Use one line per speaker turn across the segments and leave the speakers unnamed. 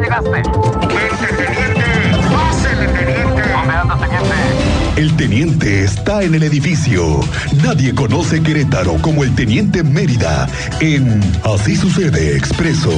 llegaste?
¡Vente, teniente! ¡Pásele, teniente!
¿Dónde anda, teniente?
El teniente está en el edificio. Nadie conoce Querétaro como el teniente Mérida en Así sucede expreso.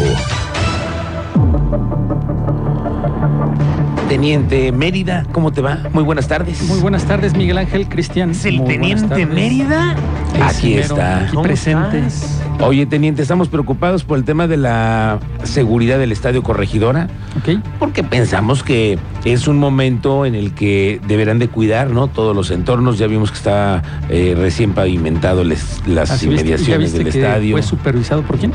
Teniente Mérida, ¿cómo te va? Muy buenas tardes.
Muy buenas tardes, Miguel Ángel Cristian.
¿Es el
Muy buenas
teniente
tardes.
Mérida?
Ese
Aquí
mero,
está.
aquí
¿Cómo
presente.
estás?
Oye, teniente, estamos preocupados por el tema de la seguridad del Estadio Corregidora,
Ok.
porque pensamos que es un momento en el que deberán de cuidar, ¿no? Todos los entornos. Ya vimos que está eh, recién pavimentado les- las
Así viste, ¿Ya
inmediaciones
viste
del
que
estadio.
fue supervisado por quién?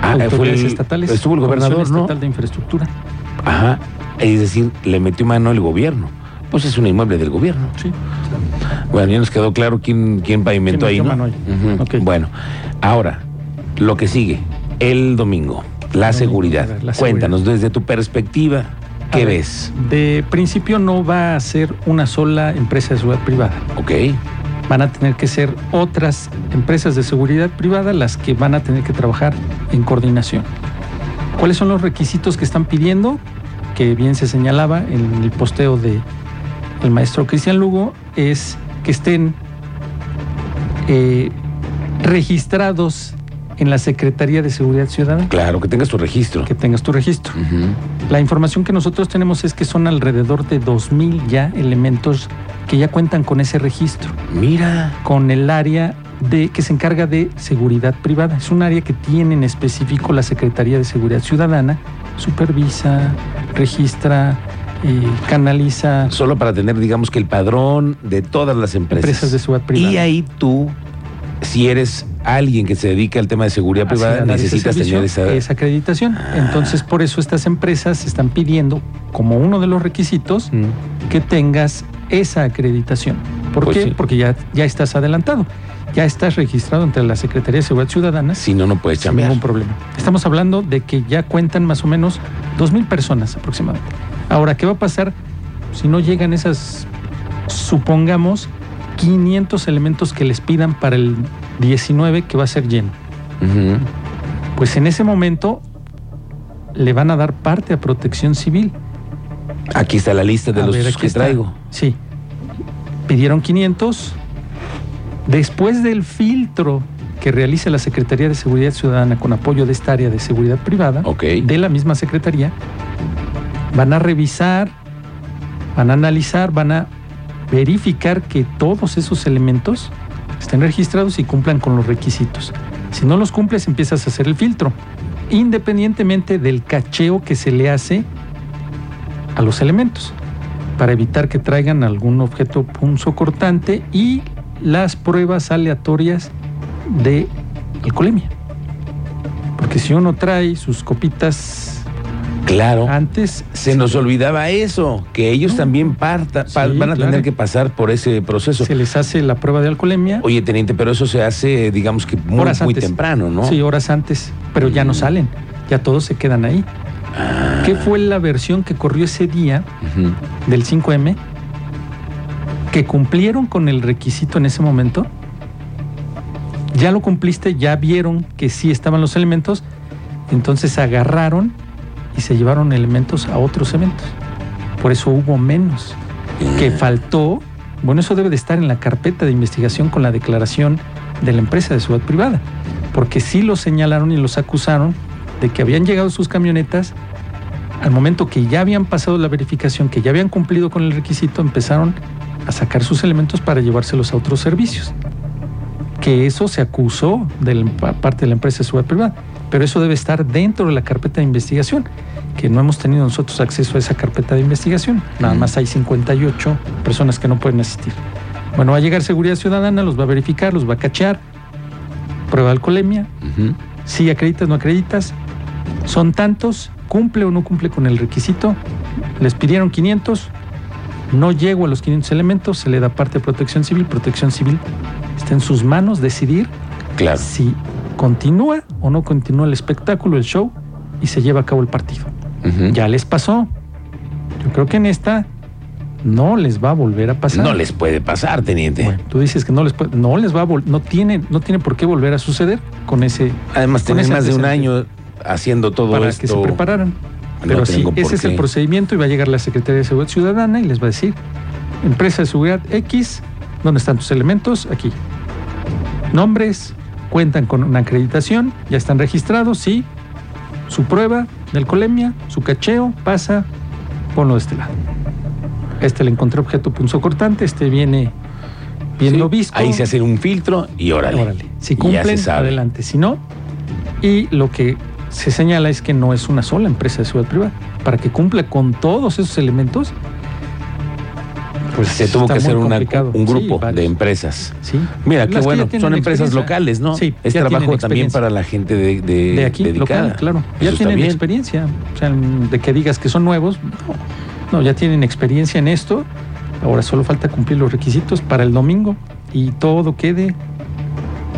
Ah, eh, fue
Autoridades
el-
estatales.
estuvo el gobernador,
Comisión
¿no?
Estatal de Infraestructura.
Ajá. Es decir, le metió mano el gobierno. Pues es un inmueble del gobierno.
Sí.
Bueno, ya nos quedó claro quién, quién pavimentó ahí.
¿Quién
¿no?
metió mano ahí?
Ujú.
Ok.
Bueno, ahora, lo que sigue, el domingo, la
Domingo,
seguridad.
a ver, la
Cuéntanos desde tu perspectiva, ¿qué
A ver.
ves?
De principio no va a ser una sola empresa de seguridad privada.
Ok,
Van a tener que ser otras empresas de seguridad privada las que van a tener que trabajar en coordinación. ¿Cuáles son los requisitos que están pidiendo? Que bien se señalaba en el posteo de el maestro Cristian Lugo es que estén eh, registrados en la Secretaría de Seguridad Ciudadana,
claro, que tengas tu registro.
que tengas tu registro.
Ujú.
La información que nosotros tenemos es que son alrededor de 2.000 ya elementos que ya cuentan con ese registro,
Mira,
con el área de que se encarga de seguridad privada. Es un área que tiene en específico la Secretaría de Seguridad Ciudadana, supervisa, registra, eh, canaliza
solo para tener, digamos que el padrón de todas las empresas.
empresas de seguridad privada.
y ahí tú, si eres alguien que se dedica al tema de seguridad
Así,
privada,
dar ese
necesitas
servicio,
tener esa...
esa acreditación.
Ah.
Entonces, por eso estas empresas están pidiendo como uno de los requisitos
Mm.
que tengas esa acreditación. ¿Por
Pues
qué?
sí.
Porque ya, ya estás adelantado, ya estás registrado ante la Secretaría de Seguridad Ciudadana
Si no, no puedes
sin
chambear.
ningún problema. Estamos hablando de que ya cuentan más o menos 2.000 personas aproximadamente. Ahora, ¿qué va a pasar si no llegan esas, supongamos, 500 elementos que les pidan para el 19 que va a ser lleno?
Ujú.
Pues en ese momento le van a dar parte a protección civil.
Aquí está la lista de
A
los
ver, aquí
que
está.
traigo.
Sí. Pidieron 500. Después del filtro que realiza la Secretaría de Seguridad Ciudadana con apoyo de esta área de seguridad privada,
Ok.
de la misma Secretaría, van a revisar, van a analizar, van a verificar que todos esos elementos estén registrados y cumplan con los requisitos. Si no los cumples, empiezas a hacer el filtro, independientemente del cacheo que se le hace a los elementos, para evitar que traigan algún objeto punzocortante y las pruebas aleatorias de alcoholemia. Porque si uno trae sus copitas
Claro.
antes,
Se nos olvidaba eso, que ellos
No.
también parta, pa-
Sí,
van a tener
claro.
que pasar por ese proceso.
se les hace la prueba de alcoholemia
Oye, teniente, pero eso se hace, digamos que muy,
Horas
muy
antes.
temprano, ¿no?
sí, horas antes, pero ya no
Mm. Ah.
salen, ya todos se quedan ahí. ¿Qué fue la versión que corrió ese día
Ujú.
del 5M que cumplieron con el requisito en ese momento? Ya lo cumpliste, ya vieron que sí estaban los elementos, entonces agarraron y se llevaron elementos a otros eventos. Por eso hubo menos. que faltó, bueno, eso debe de estar en la carpeta de investigación con la declaración de la empresa de seguridad privada, porque sí los señalaron y los acusaron de que habían llegado sus camionetas, al momento que ya habían pasado la verificación, que ya habían cumplido con el requisito, empezaron a sacar sus elementos para llevárselos a otros servicios. Que eso se acusó de la pa- parte de la empresa de seguridad privada, pero eso debe estar dentro de la carpeta de investigación, que no hemos tenido nosotros acceso a esa carpeta de investigación, nada
Ujú.
más hay 58 personas que no pueden asistir. Bueno, va a llegar seguridad ciudadana, los va a verificar, los va a cachear, prueba de alcoholemia,
Ujú.
si acreditas, no acreditas, son tantos, cumple o no cumple con el requisito, les pidieron 500, no llego a los 500 elementos, se le da parte a protección civil, protección civil está en sus manos decidir
Claro.
si continúa o no continúa el espectáculo, el show, y se lleva a cabo el partido.
Ujú.
Ya les pasó, yo creo que en esta no les va a volver a pasar.
No les puede pasar, teniente.
Bueno, tú dices que no les puede, no les va a vol- no tiene, no tiene por qué volver a suceder con ese
Además,
Con
tenés
ese
más de un
antecedente.
año haciendo todo
para
esto.
que se prepararan. Pero
No
sí,
tengo por
ese es
qué.
el procedimiento y va a llegar la Secretaría de Seguridad Ciudadana y les va a decir, empresa de seguridad X, ¿dónde están tus elementos? Aquí. Nombres, cuentan con una acreditación, ya están registrados, sí. Su prueba de alcoholemia, su cacheo, pasa, ponlo de este lado. Este le encontré objeto punzocortante, este viene bien
Sí,
obispo.
Ahí se hace un filtro y órale.
Órale. Si
Y ya se
cumplen,
sabe.
adelante. Si no, y lo que se señala es que no es una sola empresa de seguridad privada. Para que cumpla con todos esos elementos, pues
Se tuvo
está
que
muy
hacer una-
complicado.
un grupo
Sí, varios.
de empresas.
Sí.
Mira, qué
Las que
bueno,
ya tienen
son empresas
experiencia.
locales, ¿no?
Sí,
es
ya
trabajo
tienen
también
experiencia.
para la gente de, de-
de aquí,
dedicada.
local, claro.
Eso
Ya
está
tienen
bien.
experiencia. O sea, de que digas que son nuevos, no. No, ya tienen experiencia en esto. Ahora solo falta cumplir los requisitos para el domingo y todo quede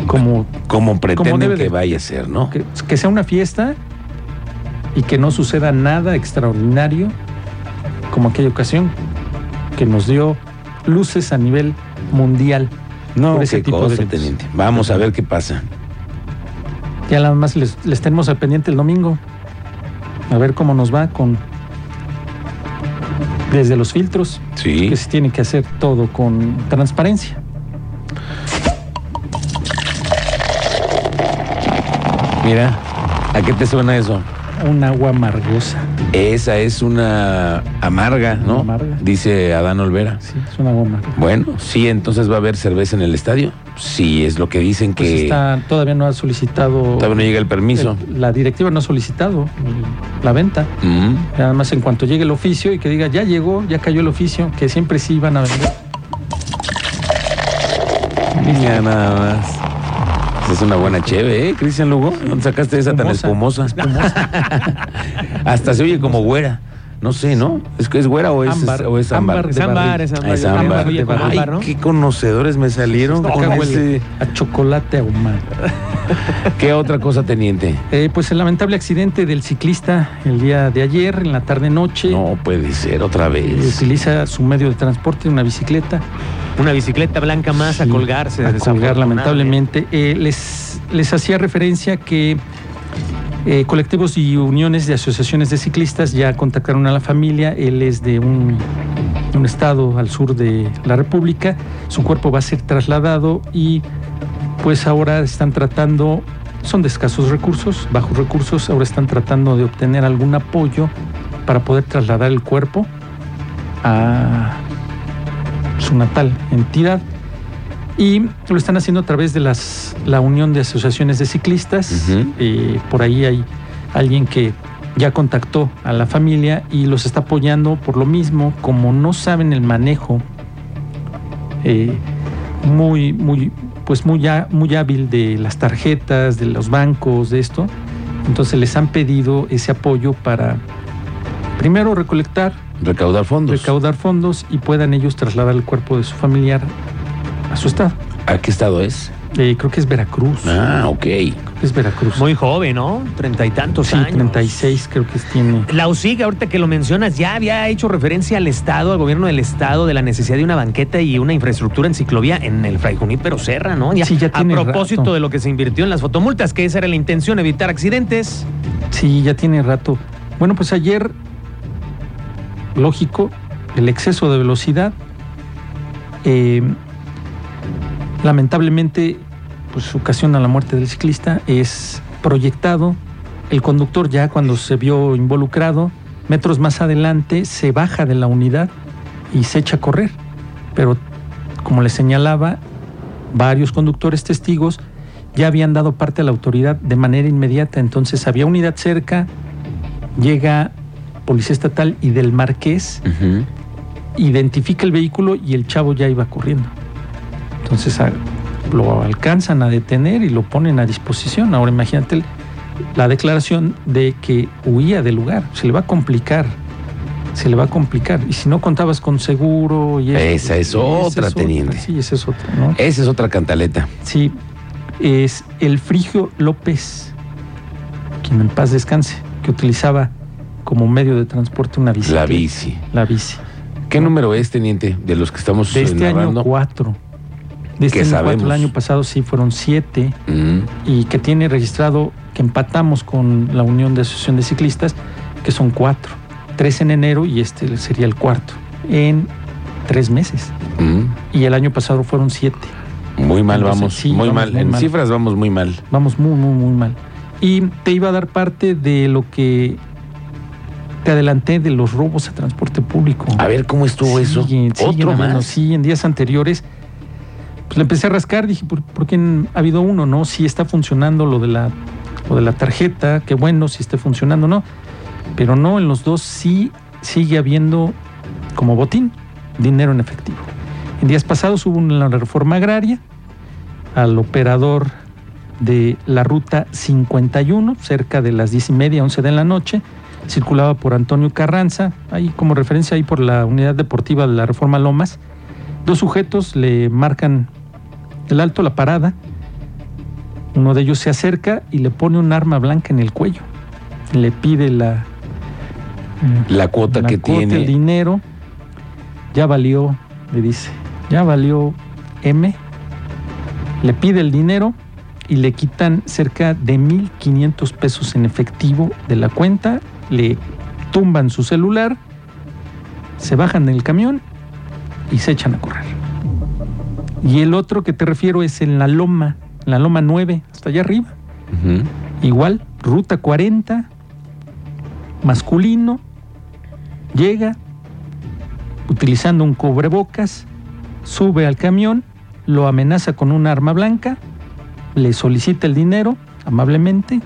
como
Como pretenden
debe
que
de-
vaya a ser, ¿no?
que, que sea una fiesta y que no suceda nada extraordinario como aquella ocasión que nos dio luces a nivel mundial.
no,
por ese
qué
tipo de
cosa,
eventos.
teniente. Vamos a ver qué pasa.
Ya nada más les, les tenemos al pendiente el domingo. A ver cómo nos va con desde los filtros,
Sí.
que se tiene que hacer todo con transparencia.
Mira, ¿a qué te suena eso?
Un agua amargosa.
Esa es una amarga, ¿no?
Amarga.
Dice Adán Olvera.
Sí, es una agua amarga.
Bueno, sí, entonces va a haber cerveza en el estadio. Sí, es lo que dicen
Pues
que
está, todavía no ha solicitado.
todavía no llega el permiso.
el- la directiva no ha solicitado el- la venta.
Mm.
Nada más en cuanto llegue el oficio y que diga, ya llegó, ya cayó el oficio, que siempre sí van a vender.
Mira nada más. Esa Es una buena cheve, ¿eh, Cristian Lugo? ¿Dónde sacaste esa tan espumosa?
Espumosa.
Hasta se oye como güera. No sé, ¿no? ¿Es, es güera o es
Ámbar.
o es ámbar?
Ámbar
Es
de
ámbar,
barril.
es ámbar.
Es
Yo creo que
ámbar.
fluye como
Ay,
ámbar, ¿no?
Ay, qué conocedores me salieron
Acá
con
huele
ese-
a chocolate ahumado.
¿Qué otra cosa, teniente?
Eh, pues el lamentable accidente del ciclista el día de ayer, en la tarde-noche.
No puede ser, otra
Eh,
vez.
Utiliza su medio de transporte, una bicicleta.
Una bicicleta blanca más a
Sí,
colgarse.
A colgar,
desafortunadamente.
lamentablemente. Eh, les, les hacía referencia que eh, colectivos y uniones de asociaciones de ciclistas ya contactaron a la familia. Él es de un, un estado al sur de la República. Su cuerpo va a ser trasladado y pues ahora están tratando, son de escasos recursos, bajos recursos, ahora están tratando de obtener algún apoyo para poder trasladar el cuerpo a su natal entidad y lo están haciendo a través de las, la Unión de Asociaciones de Ciclistas.
Ujú.
Eh, por ahí hay alguien que ya contactó a la familia y los está apoyando por lo mismo, como no saben el manejo eh, muy, muy, pues muy, há- muy hábil de las tarjetas, de los bancos, de esto. Entonces les han pedido ese apoyo para primero recolectar
Recaudar fondos.
recaudar fondos y puedan ellos trasladar el cuerpo de su familiar a su estado.
¿A qué estado es?
Eh, creo que es Veracruz.
Ah, ok.
Creo que es Veracruz.
Muy joven, ¿no? Treinta y tantos
sí,
años.
36 creo que es- tiene.
La UCIC, ahorita que lo mencionas, ya había hecho referencia al Estado, al gobierno del Estado, de la necesidad de una banqueta y una infraestructura en ciclovía en el Fray Junípero Serra, ¿no?
Sí, ya
a
tiene
propósito
rato.
de lo que se invirtió en las fotomultas, que esa era la intención, evitar accidentes.
Sí, ya tiene rato. Bueno, pues ayer, lógico, el exceso de velocidad. eh, lamentablemente, pues ocasiona la muerte del ciclista. Es proyectado. El conductor ya cuando se vio involucrado, metros más adelante, se baja de la unidad y se echa a correr. Pero, como les señalaba, varios conductores testigos ya habían dado parte a la autoridad de manera inmediata. Entonces había unidad cerca, llega policía estatal y del marqués,
Ujú.
identifica el vehículo y el chavo ya iba corriendo. Entonces a- lo alcanzan a detener y lo ponen a disposición. Ahora imagínate el- la declaración de que huía del lugar. Se le va a complicar. Se le va a complicar. Y si no contabas con seguro y
Esa es otra, teniente. Eh.
Sí, esa es otra. ¿no?
Esa es otra cantaleta.
Sí, es el Frigio López, quien en paz descanse, que utilizaba como medio de transporte una bici.
La bici.
La bici.
¿Qué número es, teniente, de los que estamos
De este
narrando?
año cuatro. De
Que
este año cuatro, el
sabemos.
año pasado sí fueron siete
Mm.
y que tiene registrado que empatamos con la Unión de Asociación de Ciclistas, que son cuatro. Tres en enero y este sería el cuarto. En tres meses.
Mm,
Y el año pasado fueron siete.
Muy mal
Entonces,
vamos,
sí,
muy
vamos
mal.
muy
en
mal.
cifras vamos muy mal.
Vamos muy, muy, muy mal. Y te iba a dar parte de lo que te adelanté de los robos a transporte público.
A ver cómo estuvo eso.
Siguen, siguen
Otro
habiendo,
más.
Sí, en días anteriores. Pues le empecé a rascar, dije, ¿por, por qué n- ha habido uno, no? Si está funcionando lo de la, lo de la tarjeta, qué bueno, si esté funcionando, ¿no? Pero no, en los dos sí sigue habiendo como botín dinero en efectivo. En días pasados hubo una reforma agraria al operador de la ruta 51, cerca de las 10 y media, 11 de la noche. Circulaba por Antonio Carranza, ahí como referencia, ahí por la unidad deportiva de la Reforma Lomas. Dos sujetos le marcan el alto, la parada. Uno de ellos se acerca y le pone un arma blanca en el cuello. Le pide la,
La cuota
la
que
cuota,
tiene.
el dinero. Ya valió, le dice. Ya valió M. Le pide el dinero y le quitan cerca de 1.500 pesos en efectivo de la cuenta. Le tumban su celular, se bajan del camión y se echan a correr. Y el otro que te refiero es en la Loma, en la Loma 9, hasta allá arriba.
Ujú.
Igual, ruta 40, masculino, llega, utilizando un cobrebocas, sube al camión, lo amenaza con un arma blanca, le solicita el dinero, amablemente,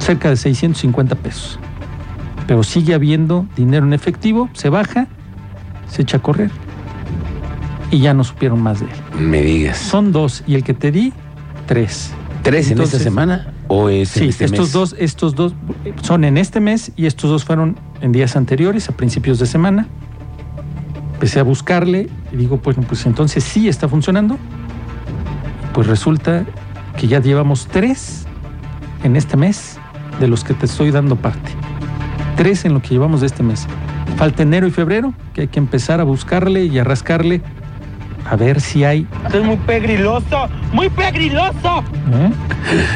cerca de 650 pesos. Pero sigue habiendo dinero en efectivo, se baja, se echa a correr. Y ya no supieron más de él.
Me digas.
Son dos, y el que te di, tres.
¿Tres en esta
entonces-
semana o es en
Sí,
este
estos
mes?
dos, estos dos eh, son en este mes y estos dos fueron en días anteriores, a principios de semana. Empecé a buscarle y digo, pues, pues entonces sí está funcionando. Pues resulta que ya llevamos tres en este mes de los que te estoy dando parte. Tres en lo que llevamos de este mes. Falta enero y febrero, que hay que empezar a buscarle y a rascarle a ver si hay
es muy pegriloso, muy pegriloso.
¿eh?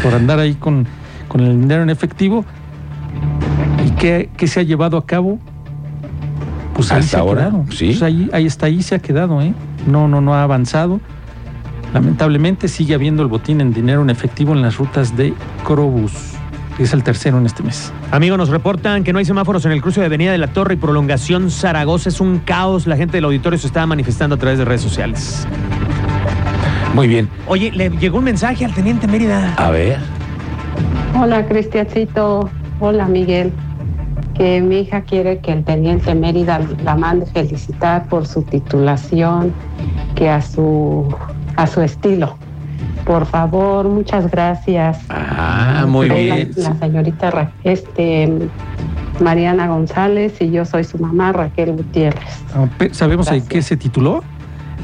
por andar ahí con, con el dinero en efectivo. ¿Y qué, qué se ha llevado a cabo? Pues ahí
Hasta
se ha
ahora,
quedado.
sí.
Pues ahí, ahí está, ahí se ha quedado, ¿eh? No, no, no ha avanzado. Lamentablemente sigue habiendo el botín en dinero en efectivo en las rutas de Crobus. que Es el tercero en este mes.
Amigo, nos reportan que no hay semáforos en el cruce de Avenida de la Torre y Prolongación Zaragoza. Es un caos. La gente del auditorio se estaba manifestando a través de redes sociales.
Muy bien.
Oye, le llegó un mensaje al teniente Mérida.
A ver.
Hola Cristiancito, hola Miguel. Que mi hija quiere que el teniente Mérida la mande felicitar por su titulación, que a su a su estilo. Por favor, muchas gracias.
Ah, muy
Soy la-
bien.
La, señorita Ra- este Mariana González y yo soy su mamá Raquel Gutiérrez.
Ah, pe- ¿Sabemos ahí
Gracias.
qué se tituló?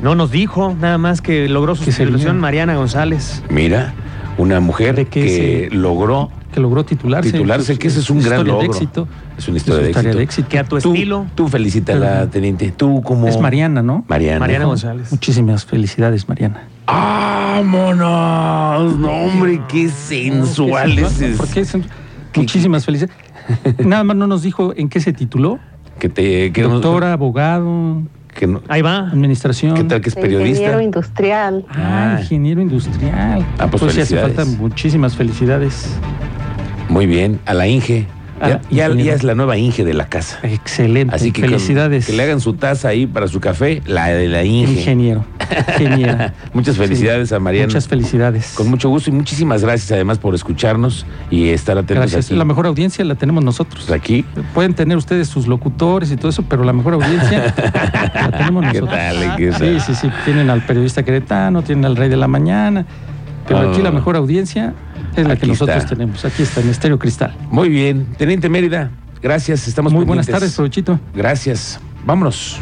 No nos dijo nada más que logró su
Que sería.
titulación Mariana González.
Mira, una mujer
¿De
que
qué
logró
Que logró titularse. Pues,
titularse, que ese es un gran
Historia
logro.
de éxito.
es una
Es una
historia de éxito.
Que a tu
Tú,
estilo,
tú felicítala,
Pero-
teniente. Tú como
Es Mariana, ¿no?
Mariana.
Mariana González.
Muchísimas felicidades, Mariana.
¡Vámonos! No, hombre, qué sensual
¿Qué
es
sensual? ¿Por qué
es.
sensual? Muchísimas felicidades. Nada más no nos dijo en qué se tituló.
Que te, que no-
Doctora, abogado,
que no-
Ahí va.
administración.
¿Qué tal que es
De Ingeniero
periodista?
industrial.
Ah, ingeniero industrial.
Ah, pues
sí hace
felicidades.
falta muchísimas felicidades.
Muy bien, a la Inge. Ya,
A la
ya-
ingeniera.
ya es la nueva Inge de la casa.
Excelente.
Así que con-
felicidades.
que le hagan su taza ahí para su café, la de la Inge.
ingeniero. Ingeniera.
Muchas felicidades a Mariana.
Muchas felicidades.
Con mucho gusto y muchísimas gracias además por escucharnos y estar atentos
Gracias.
aquí.
La mejor audiencia la tenemos nosotros.
Pues aquí.
Pueden tener ustedes sus locutores y todo eso, pero la mejor audiencia la tenemos
¿Qué
nosotros.
tal? ¿Qué
Sí,
tal?
sí, sí. Tienen al periodista queretano, tienen al rey de la mañana. Pero
No,
aquí
no,
la
no.
mejor audiencia es la
Ah. Aquí
que nosotros
está.
tenemos. Aquí está, en Estéreo Cristal.
Muy bien. Teniente Mérida, gracias. Estamos
Muy buenas tardes,
pendientes.
provechito.
Gracias. Vámonos.